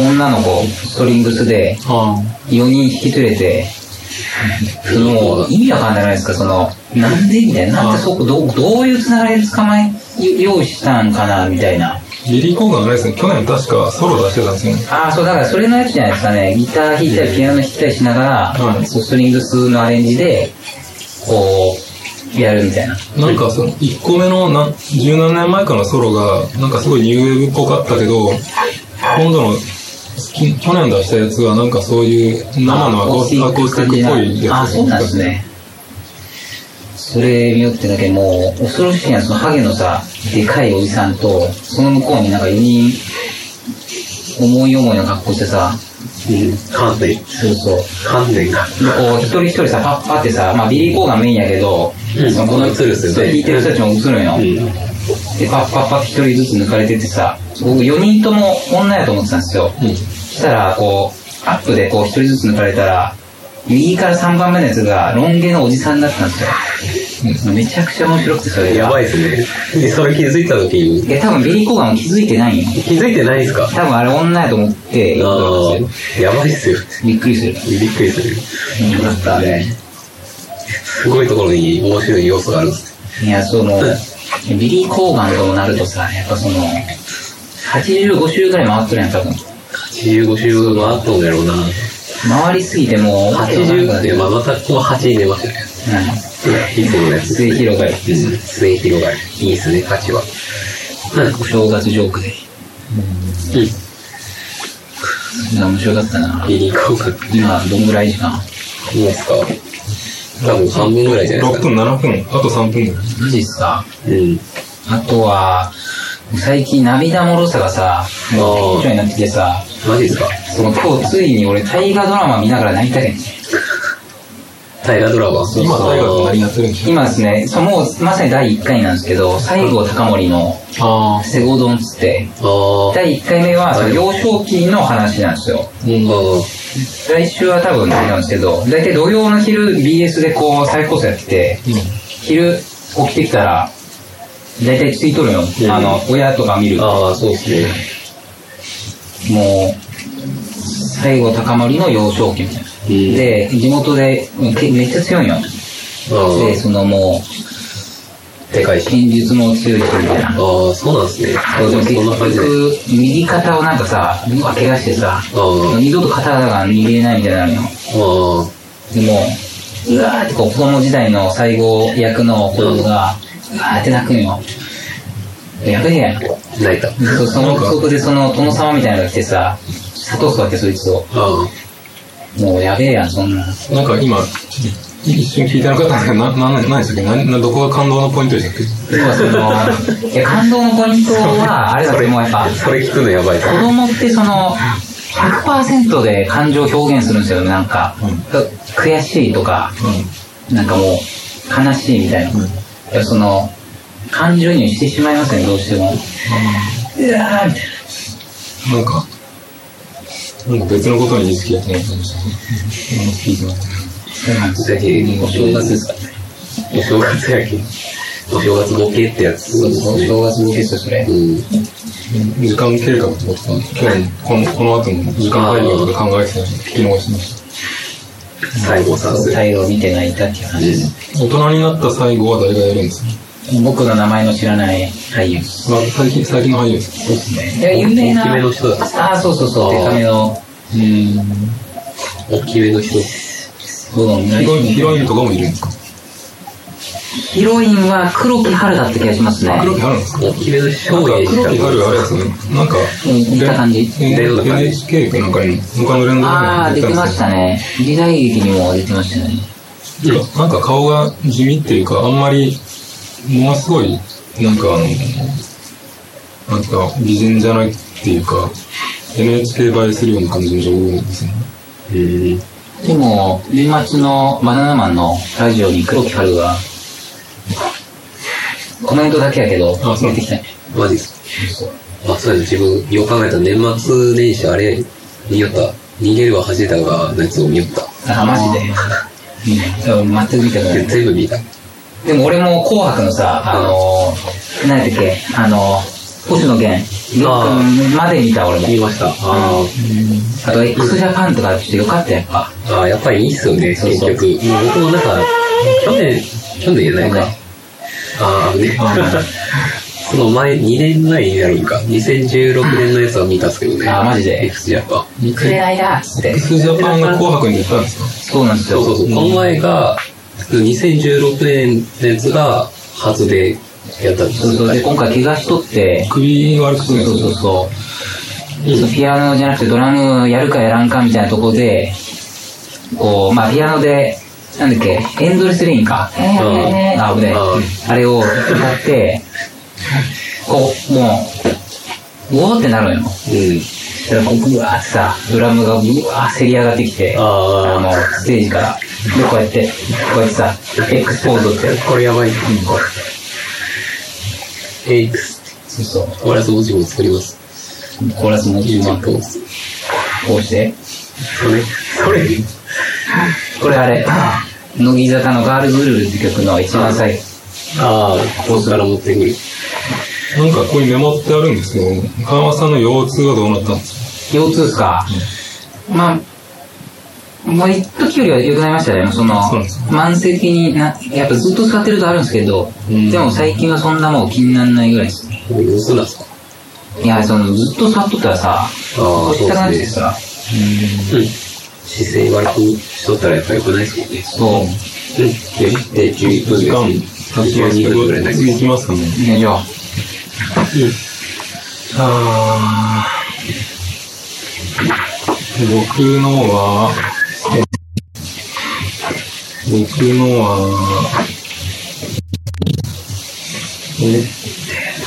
Speaker 1: 女の子、ストリングスで、
Speaker 4: あ
Speaker 1: 4人引き連れて、その、意味わかんないじゃないですか、その、なんでみたいな、なんでそこ、どうどういうつながりで捕まえ、用意したんかな、みたいな。
Speaker 4: あ。ビリー・コーガンがあれですね、去年確かソロ出してたんですよね。
Speaker 1: ああ、そう、だからそれのやつじゃないですかね。ギター弾いたり、ピアノ弾いたりしながら、
Speaker 4: うん
Speaker 1: こうストリングスのアレンジで、こう、やるみたいな。
Speaker 4: なんかその1個目のなん十何年前からのソロがなんかすごいニューウェーブっぽかったけど今度のき去年出したやつはなんかそういう生のアコースアコースティックっぽいやつ
Speaker 1: あ、そうなんですね。それ見よってだけもう、恐ろしいやつのハゲのさ、でかいおじさんと、その向こうになんか4人、思い思いの格好してさ、
Speaker 3: うん観念
Speaker 1: そうそう。
Speaker 3: 観念が
Speaker 1: でこう、一人一人さ、パッパってさ、まあ、ビリー・コーがメインやけど、
Speaker 3: うん
Speaker 1: その
Speaker 3: この映るっすよね
Speaker 1: そう聞いてる人たちも映るんよ。
Speaker 3: うん
Speaker 1: で、パッパッパッ一人ずつ抜かれててさ、僕4人とも女やと思ってたんですよ。
Speaker 4: うん
Speaker 1: したら、こう、アップでこう一人ずつ抜かれたら、右から3番目のやつがロン毛のおじさんだったんですよ。めちゃくちゃ面白くて、それが。
Speaker 3: やばいですねでそれ気づいた時に
Speaker 1: いや、多分ビリー・コーガンも気づいてないんよ。
Speaker 3: 気づいてないですか
Speaker 1: 多分あれ女やと思って、
Speaker 3: ああやばいっすよ
Speaker 1: びっくりする。
Speaker 3: びっくりする
Speaker 1: よかったね。
Speaker 3: すごいところに面白い要素があるんです
Speaker 1: いや、その、ビリー・コーガンともなるとさ、やっぱその、85周ぐらい回ってるやん、多分。
Speaker 3: 85週分もあったんだろうな
Speaker 1: 回りすぎてもう、
Speaker 3: 80って
Speaker 1: うん
Speaker 3: まあまたここ8出ましたねいつものやつ
Speaker 1: 末広がり
Speaker 3: うん末広がりいいっすね価値はうん
Speaker 1: お正月ジョークで。それが面白かったな。
Speaker 3: ビリーコーガン
Speaker 1: 今、どんぐらい時間
Speaker 3: いいですか多分半分ぐらいじゃないで
Speaker 4: 6
Speaker 3: すか
Speaker 4: 分7分あと3分ぐらい
Speaker 1: マジっすか
Speaker 3: うん
Speaker 1: あとは、最近涙もろさがさ、もう顕著になってきてさ、
Speaker 3: マジですか
Speaker 1: その今日ついに俺大河ドラマ見ながら泣いたけんね。
Speaker 3: 大河ドラマ
Speaker 4: 今大河って何やってるんでしょ
Speaker 1: 今ですね、そうもうまさに第1回なんですけど、西郷隆盛の
Speaker 4: あ
Speaker 1: セゴドンっつって、
Speaker 3: ああ
Speaker 1: 第1回目はその幼少期の話なんですよ。来週は多分あれなんですけど、大体土曜の昼 BS でこう再放送やってて、昼起きてきたら、大体ついとるよ。
Speaker 3: うん
Speaker 1: あの、親とか見る。
Speaker 3: ああそうですね
Speaker 1: もう、最後高森の幼少期みたいな。
Speaker 3: うん
Speaker 1: で、地元でうんけめっちゃ強いよ。で、
Speaker 3: あ
Speaker 1: そのも、
Speaker 3: あでかいうし
Speaker 1: 剣術も強い人みたいな。
Speaker 3: ああそうなんですね
Speaker 1: そうでも結
Speaker 3: そんな感じで
Speaker 1: 局、右肩をなんかさ、うわ怪我してさ、
Speaker 3: あ
Speaker 1: 二度と肩が握れないみたいなのよ。
Speaker 3: ああ
Speaker 1: でも、うわーってこう子供時代の最後役の子供が、うわーって泣くんよ。やべえやん。
Speaker 3: あ泣いた
Speaker 1: そそ
Speaker 4: なん
Speaker 1: の、
Speaker 4: か
Speaker 1: そこでその殿様みたいなのが来てさ、砂糖座ってそいつを。
Speaker 3: あ
Speaker 1: もうやべえやん、そんな。
Speaker 4: あなんか今一瞬聞いてなかったんですけどなな何でしたっけななどこが感動のポイントでしたっけ
Speaker 1: 要はその、いや、感動のポイントは、あれだと思う、やっぱ
Speaker 3: あ、それ聞くのやばい
Speaker 1: 子供ってその、100%で感情を表現するんですよね、なんか。悔しいとか、なんかもう、悲しいみたいな。いやその、感情移入してしまいますね、どうしても。うわーみたい
Speaker 4: なんかなんか別のことに意識やってない感じでしたねうん聞いてました
Speaker 3: 最近お正月ですかねお正月やけんお正月ボケってやつそうですね
Speaker 1: な。お正月向けですよ、それ。
Speaker 3: うん
Speaker 4: 時間経過ってことか、今日このこの後の時間配分とか考えてたのに聞き逃しまし
Speaker 3: 最後さんですよ
Speaker 1: 態度を見て泣いたっていう話です。
Speaker 4: た。大人になった最後は誰がやるんですか、
Speaker 1: 僕の名前の知らない俳優。
Speaker 4: まあ、最近、最近の俳優です
Speaker 1: そうですね。いや、有名な。
Speaker 3: 大きめの人だ
Speaker 1: ああ、そうそうそう、デカめの。
Speaker 3: 大きめの人
Speaker 1: どうも、
Speaker 4: ヒロイン、ヒロインとかもいるんですか
Speaker 1: ヒロインは黒木春だった気がしますね。
Speaker 4: 黒木春なんですか
Speaker 3: お昼の
Speaker 4: なんか
Speaker 3: 勝利し
Speaker 4: 黒
Speaker 3: た
Speaker 4: 木春あれですよね。なんか、
Speaker 1: 見た感じ
Speaker 4: 連
Speaker 3: 連動感
Speaker 4: NHK かなんかに他の連動
Speaker 1: ああ、出てました
Speaker 4: ね。
Speaker 1: ね。時代劇にも出てましたね。
Speaker 4: なんか顔が地味っていうか、あんまり、ものすごい、なんかあの、なんか美人じゃないっていうか、NHK 映えするような感じの情報ですね。
Speaker 3: うん。
Speaker 1: でも、年末のバナナマンのラジオに黒木春が、コメントだけやけど、
Speaker 4: あそう
Speaker 1: 出てきたね。
Speaker 3: マジっすあ、そうです。自分、よく考えたら年末年始あれ、見よった。逃げれば走れたが、のやつを見よった。
Speaker 1: あ、マジで。うん、全く見たくない。
Speaker 3: 全部見た。
Speaker 1: でも俺も紅白のさ、あのー、何やったっけ、あのー、星野源、
Speaker 3: あ
Speaker 1: りょうくんまで見た俺も。
Speaker 3: 見ました。あ
Speaker 1: あと、x ジャパンとかちょっとよかったやっぱ。
Speaker 3: ーあー、やっぱりいいっすよね、
Speaker 1: そう
Speaker 3: 結
Speaker 1: そう
Speaker 3: 局。もう僕もなんか、去年、去年じゃないか。ああ、ね。 その前、2年前になるんか。2016年のやつは見たっすけどね。
Speaker 1: あーマジで
Speaker 3: X やっぱ。
Speaker 1: 見くれないだっつって。
Speaker 4: X ジャパンが紅白に出たんですか
Speaker 1: そうなんです
Speaker 3: そ
Speaker 1: よ。
Speaker 3: うそうそう。この前が、2016年のやつが、初でやったんです
Speaker 1: そうそう
Speaker 3: よ。
Speaker 1: で、今回怪我しとって、
Speaker 4: 首悪くす
Speaker 1: そう
Speaker 4: るん
Speaker 1: そう
Speaker 4: です
Speaker 1: そう
Speaker 4: よ。
Speaker 1: そう。そうピアノじゃなくてドラムやるかやらんかみたいなとこで、こう、まあピアノで、なんだっけ、エンドレスレインか。あ、危ねえ
Speaker 3: うん
Speaker 1: あれを歌って、こう、もう、うおーってなるのよ。
Speaker 3: うん。
Speaker 1: そしたらこう、うわーってさ、ドラムがうわー競り上がってきて、
Speaker 3: あー
Speaker 1: の、ステージから。で、こうやって、こうやってさ、X ポーズをって。
Speaker 3: これやばい。エイク
Speaker 1: そ
Speaker 3: ス。
Speaker 1: うそう。
Speaker 3: コーラス文字も作ります。
Speaker 1: コーラスも
Speaker 3: ジ
Speaker 1: 今、こ
Speaker 3: こ
Speaker 1: うして。
Speaker 3: れ、それ、
Speaker 1: これあれ、乃木坂のガールズルールって曲の一番最後。
Speaker 3: ああ、ここから持ってくる。
Speaker 4: なんかここにメモってあるんですけど、川間さんの腰痛はどうなったんですか
Speaker 1: 腰痛っすか、まあ、もう一時よりは良くなりましたね。その
Speaker 4: そうなんです、
Speaker 1: 慢性的にな、やっぱずっと使ってるとあるんですけど、
Speaker 4: ん
Speaker 1: でも最近はそんなもう気にならないぐらいです。
Speaker 3: もう様子なんすか
Speaker 1: いや、その、ずっと座っとったらさ、
Speaker 3: ああ、
Speaker 1: 腰痛くな
Speaker 3: そう
Speaker 1: っ
Speaker 3: で
Speaker 1: て
Speaker 3: す
Speaker 1: さ
Speaker 3: ね。、うん。姿勢悪くしとったらやっぱ良くないですもんね。
Speaker 1: そう。
Speaker 3: うん。10で11分
Speaker 4: 時間
Speaker 3: です。
Speaker 4: 経ちま
Speaker 3: 12分ぐらい
Speaker 4: す
Speaker 3: だ
Speaker 4: けど、
Speaker 3: け
Speaker 4: 次行きますかね。
Speaker 1: いや、じゃあ、
Speaker 4: あー僕のは、僕のは、え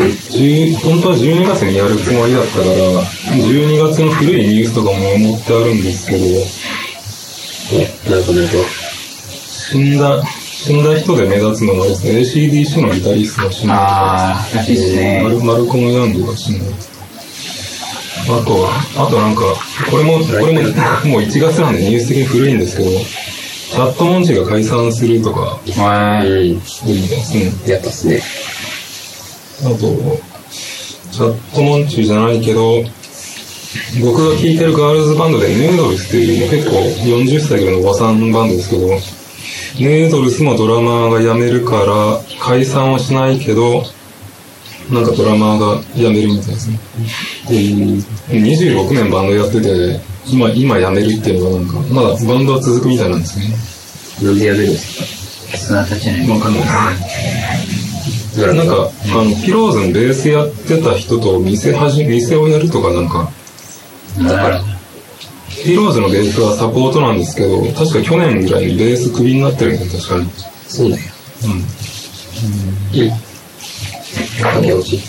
Speaker 4: 10本当は12月にやるつもりだったから、12月の古いニュースとかも持ってあるんですけど、
Speaker 3: ど。なんかなんか、
Speaker 4: 死んだ、死んだ人で目立つのがですね、ACDC のギタリストが死んだとか
Speaker 1: あー、らしいです
Speaker 4: マ
Speaker 1: ね。
Speaker 4: ルマルコム・ヤングが死んだ。あとは、あとなんか、これも、これも、もう1月なんでニュース的に古いんですけど、チャットモンチが解散するとか、
Speaker 1: は
Speaker 3: う
Speaker 1: い。
Speaker 3: ん。
Speaker 4: 多いですね。
Speaker 3: やったっすね。
Speaker 4: あと、チャットモンチじゃないけど、僕が聴いてるガールズバンドで、ヌードルスっていう、結構40歳ぐらいのおばさんバンドですけど、ヌードルスのドラマーが辞めるから、解散はしないけど、なんかドラマーが辞めるみたいですね。26年バンドやってて、今、今辞めるっていうのがなんか、まだバンドは続くみたいなんですね。
Speaker 3: なんでやめるんですか
Speaker 1: 砂立ちじゃない。
Speaker 4: わかんないですね。
Speaker 3: ドラ
Speaker 4: な
Speaker 3: ム
Speaker 4: んか、あの、ピローズのベースやってた人と店はじ、店をやるとかなんか、
Speaker 1: だから、
Speaker 4: ピローズのベースはサポートなんですけど、確か去年ぐらいにベースクビになってるんですよ、確か
Speaker 3: そうなんや。
Speaker 4: に。
Speaker 3: うん。駆け落ち。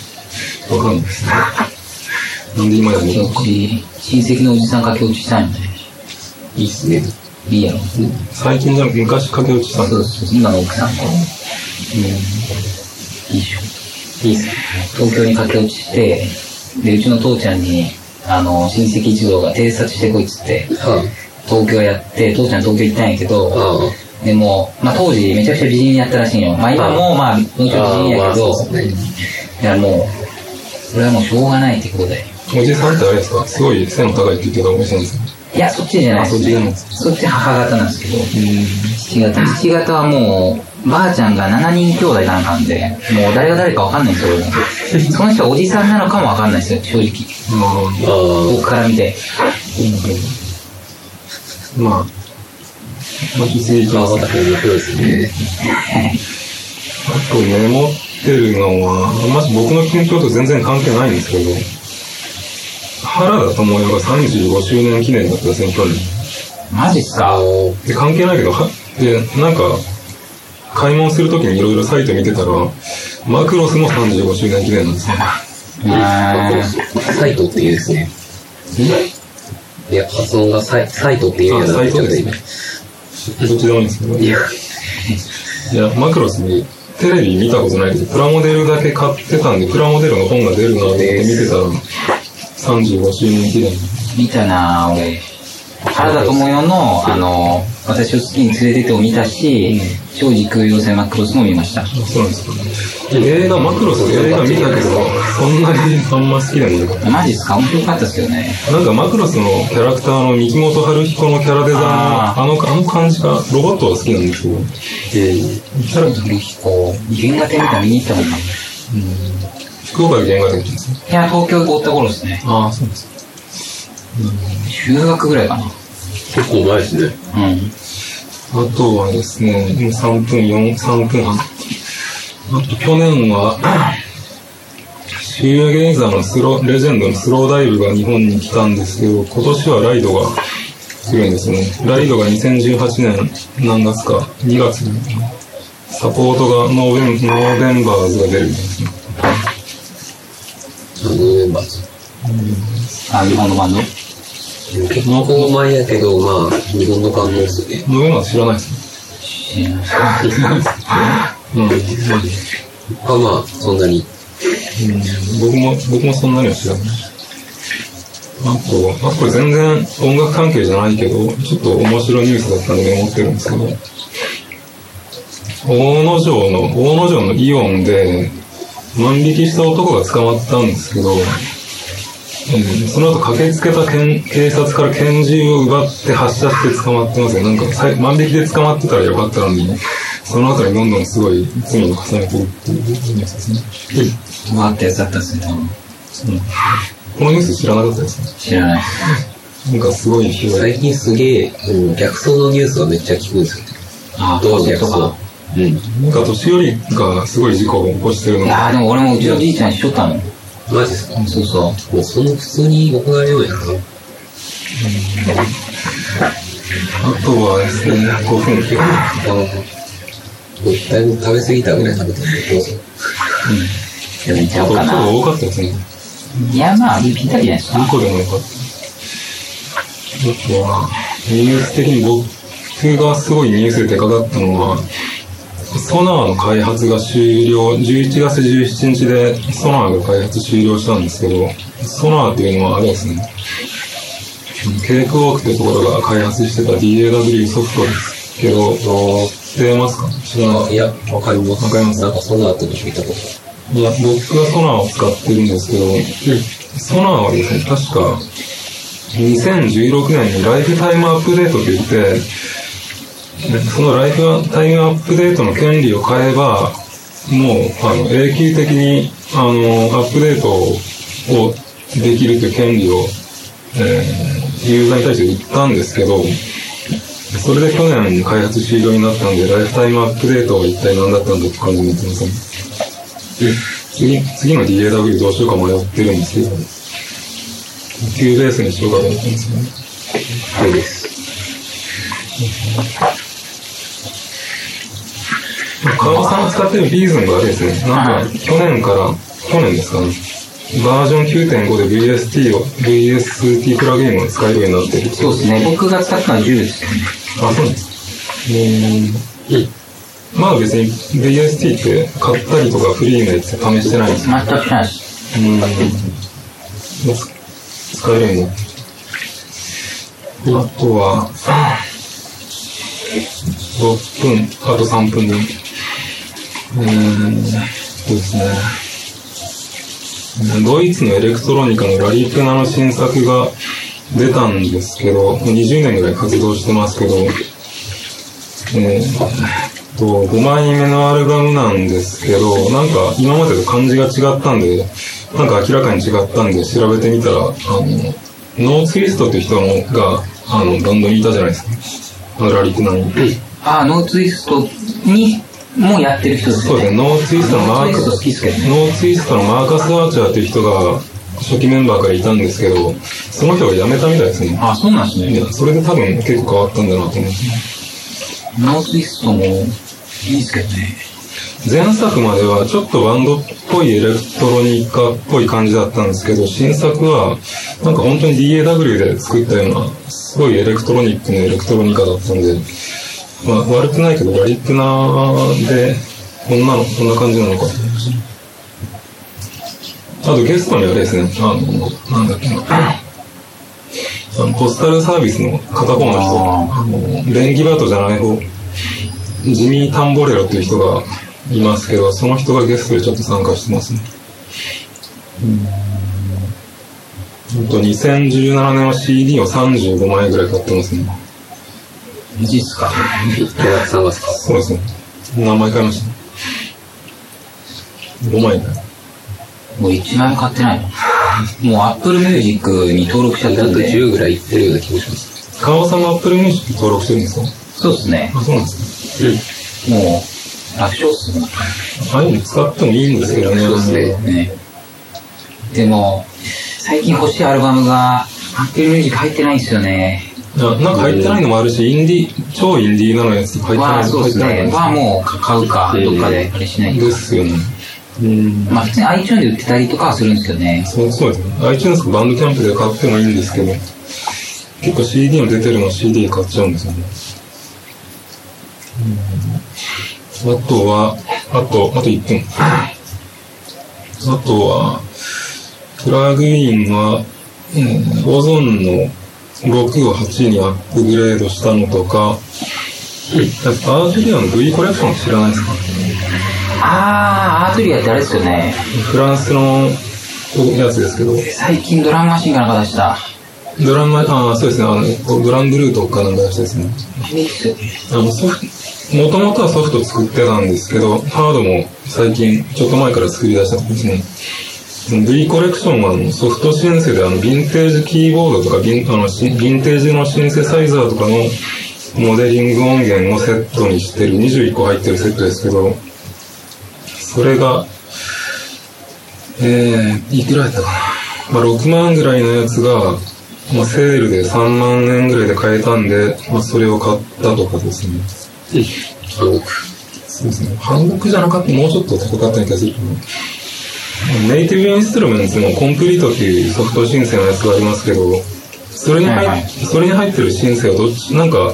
Speaker 4: うん、わかんないですね。なんで今やめ
Speaker 1: 気
Speaker 4: たの
Speaker 1: 落
Speaker 4: か。
Speaker 1: ち、親戚のおじさん駆け落ちしたんよね。
Speaker 3: いいっすね。
Speaker 1: いいやろ。
Speaker 4: 最近じゃなく昔駆け落ちしたん
Speaker 1: そう
Speaker 4: です。
Speaker 1: そう、今の奥さんも。いいっしょ。
Speaker 3: いいっすね。
Speaker 1: 東京に駆け落ちして、で、うちの父ちゃんに、あの、親戚一同が偵察してこいっつって、
Speaker 3: は
Speaker 1: 東京やって、父ちゃん東京行ったんやけ
Speaker 3: あ。
Speaker 1: ど、
Speaker 3: ああ。
Speaker 1: でも、まあ当時めちゃくちゃ美人やったらしいんよ。まあ今も、まあ、もちろん美人
Speaker 3: ああ、ま
Speaker 1: や
Speaker 3: あ
Speaker 1: け
Speaker 3: そう
Speaker 1: ど
Speaker 3: っ、すね。
Speaker 1: いやもう、これはもうしょうがないってことで。
Speaker 4: おじさんってあれですかすごい背の高いって言ってたおじさんですか
Speaker 1: いや、そっちじゃないです、
Speaker 4: あそっちじゃない
Speaker 1: ね
Speaker 4: で。す
Speaker 1: そっち母方なんですけど、
Speaker 4: うん。
Speaker 1: 父方。父方はもう、ばあちゃんが7人兄弟なんかんで、もう誰が誰かわかんないんですよ、俺も。その人はおじさんなのかもわかんないですよ、正直。
Speaker 4: まあ、
Speaker 3: あ
Speaker 1: 僕から見て。
Speaker 4: まあ、まあ、次行き
Speaker 3: あ。ま
Speaker 4: ま
Speaker 3: あ、
Speaker 4: す
Speaker 3: また面白いですね。
Speaker 4: あとメモってるのは、まず僕の近況と全然関係ないんですけど、原田智代が35周年記念だったんですね、去年。
Speaker 2: マジっす
Speaker 3: あ
Speaker 2: か
Speaker 3: の、
Speaker 4: で、関係ないけど、はで、なんか、買い物するときにいろいろサイト見てたら、マクロスも35周年記念なんですよ。
Speaker 2: え
Speaker 3: サイトっていうですね。いや、発音がサイサイトっていう
Speaker 4: あ
Speaker 3: やつ
Speaker 4: サイ
Speaker 3: ち
Speaker 4: ト
Speaker 3: ょっ
Speaker 4: で
Speaker 3: と
Speaker 4: す
Speaker 3: 今
Speaker 4: ね。。どっちでもいいんですけど。
Speaker 3: いや、
Speaker 4: いや、マクロスにテレビ見たことないけど、プラモデルだけ買ってたんで、プラモデルの本が出るなと思って見てたら、35周年記念。
Speaker 1: 見たなぁ、俺。原田智代の、あの、私を好きに連れてっても見たし、正直空妖精マックロスも見ました。
Speaker 4: そうなんですか。映画、マクロス映画見たけど、そんなにあんま好きでもなかっ
Speaker 1: マジっすか面白かったっすよね。
Speaker 4: た。なんかマクロスのキャラクターの三木本春彦のキャラデザーの
Speaker 2: あ
Speaker 4: あの、あの感じが、ロボットは好きなんですけど、
Speaker 3: う
Speaker 4: キャラ、
Speaker 1: ルヒコ、原画展みたいに見に行ったもんな。い
Speaker 4: 福岡で原画展来たんですね。
Speaker 1: や、東京行った頃ですね。
Speaker 4: ああ、そうです。
Speaker 1: 中学ぐらいかな。
Speaker 3: 結構前ですね。
Speaker 1: うん。
Speaker 4: あとはですね、3分4、3分半。あと去年は、シューゲイザーのスローレジェンドのスローダイブが日本に来たんですけど、今年はライドが来るんですよね。ライドが2018年何月か、2月にサポートがノーベンノーベンバーズが出るんですよ。
Speaker 3: あのメンバーズ。
Speaker 1: あ、日本のバンド
Speaker 3: 結構前やけど、まあ、日本の感動ですね。
Speaker 4: ノーベンバーズ知らないです
Speaker 1: 知らない
Speaker 4: ね。うん。
Speaker 3: まあまあ、そんなに。
Speaker 4: 僕も、僕もそんなには知らない。あと、あ、これ全然音楽関係じゃないけど、ちょっと面白いニュースだったんでメモってるんですけど、大野城の、大野城のイオンで、万引きした男が捕まったんですけど、えーその後駆けつけた検警察から拳銃を奪って発射して捕まってますよ。なんかさい万引きで捕まってたらよかったのに、その辺りどんどんすごい罪を重ねてるっていうニュースです
Speaker 1: う
Speaker 4: ね。
Speaker 1: わってやつだったっすね。
Speaker 4: このニュース知らなかったですね。
Speaker 1: 知らないっす。
Speaker 4: なんかすごい広い。
Speaker 3: 最近すげえ、うん逆走のニュースがめっちゃ聞くんですよね。
Speaker 1: あ、
Speaker 3: どう
Speaker 1: そ
Speaker 3: 逆
Speaker 1: うと
Speaker 3: 走。
Speaker 1: か。
Speaker 3: うん。
Speaker 4: なんか年寄りがすごい事故を起こしてるの
Speaker 1: いやーでも俺もうちのじいちゃんしとったの。
Speaker 3: マジっすか
Speaker 1: そうそ
Speaker 3: もうその普通に僕がようやな。
Speaker 4: あとはですね、5分休
Speaker 3: あの、もうだいぶ食べ過ぎたぐらい食べてるどうぞ。
Speaker 1: う。でも行っちゃおうか
Speaker 4: あと、ちょっ
Speaker 1: な。
Speaker 4: と多かったですね。
Speaker 1: いや、まあ、ぴったりじゃないですか
Speaker 4: 2。個でもよかった。あとは、ニュース的に僕がすごいニュースででかかったのは、ソナーの開発が終了、11月17日でソナーが開発終了したんですけど、ソナーっていうのはあれですね、ケークウォークってところが開発してた DAW ソフトですけど、知ってますか知らない
Speaker 3: いや、わかります。
Speaker 4: わかります
Speaker 3: なんかその後に聞いたこと。
Speaker 4: いや、僕はソナーを使ってるんですけど、ソナーはですね、確か、2016年にライフタイムアップデートって言って、そのライフタイムアップデートの権利を買えば、もう、あの、永久的に、あの、アップデートをできるという権利を、えーユーザーに対して言ったんですけど、それで去年開発終了になったんで、ライフタイムアップデートは一体何だったんだって感じになってますね。次、次の DAW どうしようか迷ってるんですけど、キューベースにしようかと思ってますよね。
Speaker 3: はいです。
Speaker 4: 川尾さんが使ってるビーズンがあれですね、なんか去年から、去年ですかね、バージョン9.5で VST を、VST プラグインを使えるようになってる。
Speaker 1: そうですね。僕が使ったのは10ですよね。
Speaker 4: あ、そうなんです。う
Speaker 3: うん
Speaker 4: ん。まだ別に VST って買ったりとかフリーのやつ試してないんですよ。
Speaker 1: 全く知らないです。
Speaker 4: うん。使えるんだ。あとは、6分、あと3分で。うーん、そうですね。ドイツのエレクトロニカのラリプナの新作が出たんですけど、もう20年ぐらい活動してますけど、えーっと、5枚目のアルバムなんですけど、なんか今までと感じが違ったんで、なんか明らかに違ったんで調べてみたら、あの、ノーツイストっていう人のが、あの、バンドにいたじゃないですか。あのラリプナに。
Speaker 1: あ、ノーツイストにもやってる人です
Speaker 4: そう
Speaker 1: よ
Speaker 4: です
Speaker 1: ね。
Speaker 4: ね、ノーツイストのマー
Speaker 1: ノーツイスト好きっすけど
Speaker 4: カノーツイストのマーカス・アーチャーっていう人が初期メンバーからいたんですけど、その人が辞めたみたいですね。
Speaker 2: あ、そうなんです
Speaker 4: い
Speaker 2: ね。
Speaker 4: や、それで多分結構変わったんだなと思って。
Speaker 1: ノーツイストもいいですけどね。
Speaker 4: 前作まではちょっとバンドっぽいエレクトロニカっぽい感じだったんですけど、新作はなんか本当に DAW で作ったような、すごいエレクトロニックのエレクトロニカだったんで、まあ悪くないけど、ガリプナーで、こんなの、こんな感じなのか。あとゲストにあれですね、あの、なんだっけな。あの、ポスタルサービスの片方の人、あの、レンギバートじゃない方、ジミー・タンボレロっていう人がいますけど、その人がゲストでちょっと参加してますね。うんと2017年は CD を35枚ぐらい買ってますね。
Speaker 1: マジっすか。
Speaker 3: 寺田さんがですか
Speaker 4: そうですね。何枚買いました ?5 枚ぐらい。
Speaker 1: もう一枚も買ってないの。もう Apple Music に登録しちゃっ
Speaker 3: 意
Speaker 1: た
Speaker 3: 外
Speaker 1: ん
Speaker 3: と
Speaker 1: で。
Speaker 3: 10ぐらいいってるような気もします。
Speaker 4: 川尾さんが Apple Music 登録してるんですか
Speaker 1: そうですね。
Speaker 4: あ、そうなんです
Speaker 1: もう楽勝っすね。
Speaker 4: か。ああいうの使ってもいいんですけどね。
Speaker 3: そうですね
Speaker 1: ね。でも、最近欲しいアルバムが Apple Music 入ってないんですよね。
Speaker 4: ななんか入ってないのもあるし、インディ、超インディーなのやつ入って
Speaker 1: は
Speaker 4: ない、
Speaker 1: そう
Speaker 4: 入
Speaker 1: で
Speaker 4: っ
Speaker 1: す
Speaker 4: てない
Speaker 1: ね。はもう買うか、どっかであれしないと
Speaker 4: で。すよね。
Speaker 1: まあ普通に iTunes で売ってたりとかはするんですけどね。
Speaker 4: そうそうですね。iTunes かバンドキャンプで買ってもいいんですけど、結構 CD も出てるの CD 買っちゃうんですよね。うんあとは、あと、あと1分。あとは、プラグインは、うんオゾンの6を8にアップグレードしたのとか、アーテリアの V コレクション知らないですか
Speaker 1: あー、アートリアってあれですよね。
Speaker 4: フランスのやつですけど、
Speaker 1: 最近ドラムマシンかなんか出した。
Speaker 4: ドラマ、ああ、そうですね、あの、ドランブルーとかなんかしてですね。あの、ソフト、もともとはソフト作ってたんですけど、ハードも最近、ちょっと前から作り出したんですね。V コレクションはあのソフトシンセであのヴィンテージキーボードとかヴィンあのシヴィンテージのシンセサイザーとかのモデリング音源をセットにしてる21個入ってるセットですけどそれがえー、いくらやったかな。まあ、6万ぐらいのやつが、まあ、セールで3万円ぐらいで買えたんで、まあ、それを買ったとかですね。
Speaker 3: うん。僕、
Speaker 4: そうですね。半額じゃなかった、もうちょっと高かったような気がするけど。ネイティブインストゥルメンツのコンプリートっていうソフト申請のやつがありますけど、それに入,、
Speaker 1: はいはい
Speaker 4: それに入ってる申請はどっち、なんか、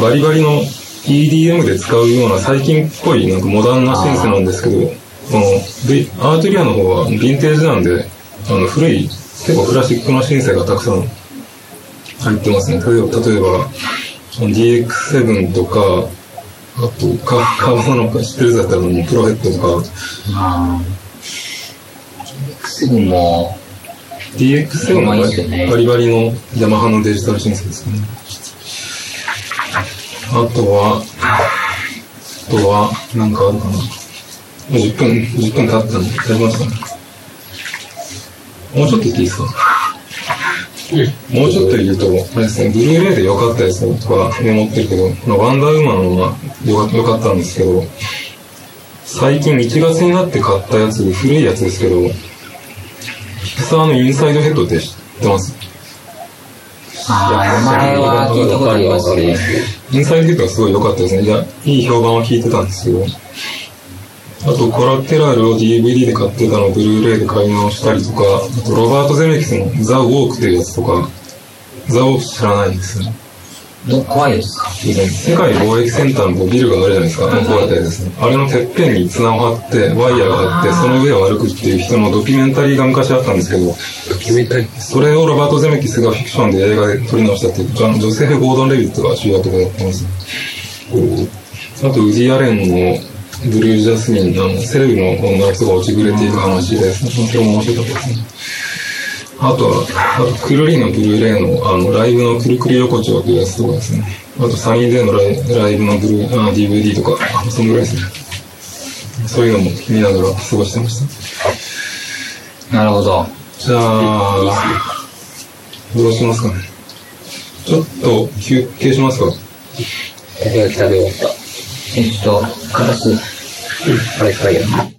Speaker 4: バリバリの EDM で使うような最近っぽいなんかモダンなシンセなんですけど、この V- アートリアの方はヴィンテージなんで、あの古い、結構クラシックなシンセがたくさん入ってますね。例えば、例えば、DX7 とか、あと、か、カバの知ってるやつだったらもうプロヘッドとか、
Speaker 1: あー。すぐも
Speaker 4: DX7
Speaker 1: まあいいですよね
Speaker 4: のバリバリのヤマハのデジタルシンセですかね。あとは、あとは、なんかあるかな。もう10分、10分経ったんで、経りましたね。もうちょっと言っていいですかもうちょっと言うと、あれですね、ブルーレイで良かったやつとかメモってるけど、まあワンダーウーマンは良か良かったんですけど、最近1月になって買ったやつ、古いやつですけど、ピクサーのインサイドヘッドって知ってます
Speaker 1: う、あー、名前は聞いたことありますね。
Speaker 4: インサイドヘッドがすごい良かったですね。いや、いい評判は聞いてたんですけど。あと、コラテラルを DVD で買ってたのをブルーレイで買い直したりとか、あと、ロバート・ゼメキスのザ・ウォークっていうやつとか、ザ・ウォーク知らないんですよね。
Speaker 1: ど、怖いですか
Speaker 4: 世界貿易センターのこうビルがあるじゃないですか、あの壊れたやつですね。あれのてっぺんに綱を張って、ワイヤーがあって、その上を歩くっていう人のドキュメンタリーが昔あったんですけど、
Speaker 3: ドキュメンタリー
Speaker 4: それをロバート・ゼメキスがフィクションで映画で撮り直したっていう、あのジョセフ・ゴードン・レビットが主役でやってます。あと、ウディ・アレンのブルー・ジャスミンのあのセレブの女の人が落ちぐれていく話です。それも面白かったですね。あとは、あとクルリーのブルーレイのあのライブのくるくる横丁というやつとかですね。あと、サニーデーのライライブのブルーあ DVD とか、あそのぐらいですね。そういうのも見ながら過ごしてました。
Speaker 1: なるほど。
Speaker 4: じゃあ、どうしますかね。ちょっと休憩しますか。
Speaker 3: 僕が北で終わっ
Speaker 5: えっと、片数、
Speaker 1: あれ、深いや。